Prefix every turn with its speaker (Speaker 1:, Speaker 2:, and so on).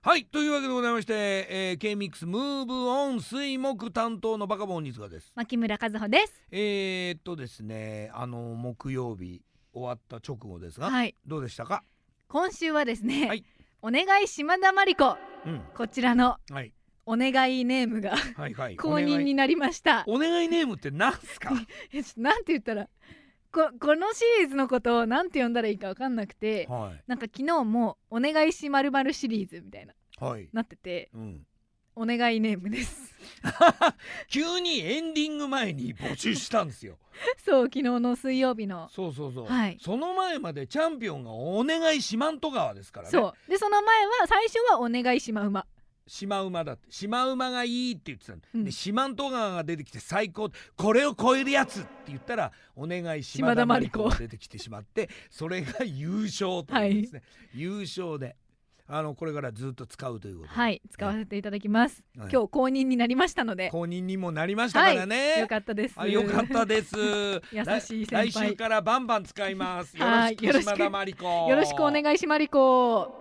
Speaker 1: はいというわけでございまして、えー、K-MIX ムーブオン水木担当のバカボンニズガです
Speaker 2: 牧村和穂です。
Speaker 1: えー、っとですねあの木曜日終わった直後ですが、
Speaker 2: はい、
Speaker 1: どうでしたか
Speaker 2: 今週はですね、
Speaker 1: はい
Speaker 2: お願い島田麻里子
Speaker 1: うん
Speaker 2: こちらの
Speaker 1: はい
Speaker 2: お願いネームが
Speaker 1: はいはい
Speaker 2: 公認になりました。
Speaker 1: お願いお願いネームってなんす か
Speaker 2: えちょっとなんて言ったらここのシリーズのことをなんて呼んだらいいかわかんなくて、
Speaker 1: はい
Speaker 2: なんか昨日もお願いしまるまるシリーズみたいな
Speaker 1: はい
Speaker 2: なってて
Speaker 1: うん、
Speaker 2: お願いネームです
Speaker 1: 急にエンディング前に募集したんです よ
Speaker 2: そう昨日の水曜日の
Speaker 1: そうそうそう、
Speaker 2: はい
Speaker 1: その前までチャンピオンがお願い四万十川ですからね
Speaker 2: そうでその前は最初はお願いしまうま
Speaker 1: シマウマだってシマウマがいいって言ってたの、
Speaker 2: うん
Speaker 1: で四万十川が出てきて最高これを超えるやつって言ったらお願い島田真理子
Speaker 2: 島田真理子
Speaker 1: が出てきてしまってそれが優勝というですね、優勝であのこれからずっと使うということで、
Speaker 2: はい使わせていただきます、
Speaker 1: はい
Speaker 2: 今日公認になりましたので
Speaker 1: 公認にもなりましたからね、
Speaker 2: よかったです
Speaker 1: あよかったです優
Speaker 2: しい先輩
Speaker 1: 来週からバンバン使いますよろ
Speaker 2: は
Speaker 1: し
Speaker 2: い
Speaker 1: く島田真理子
Speaker 2: よろしくお願いしまりこ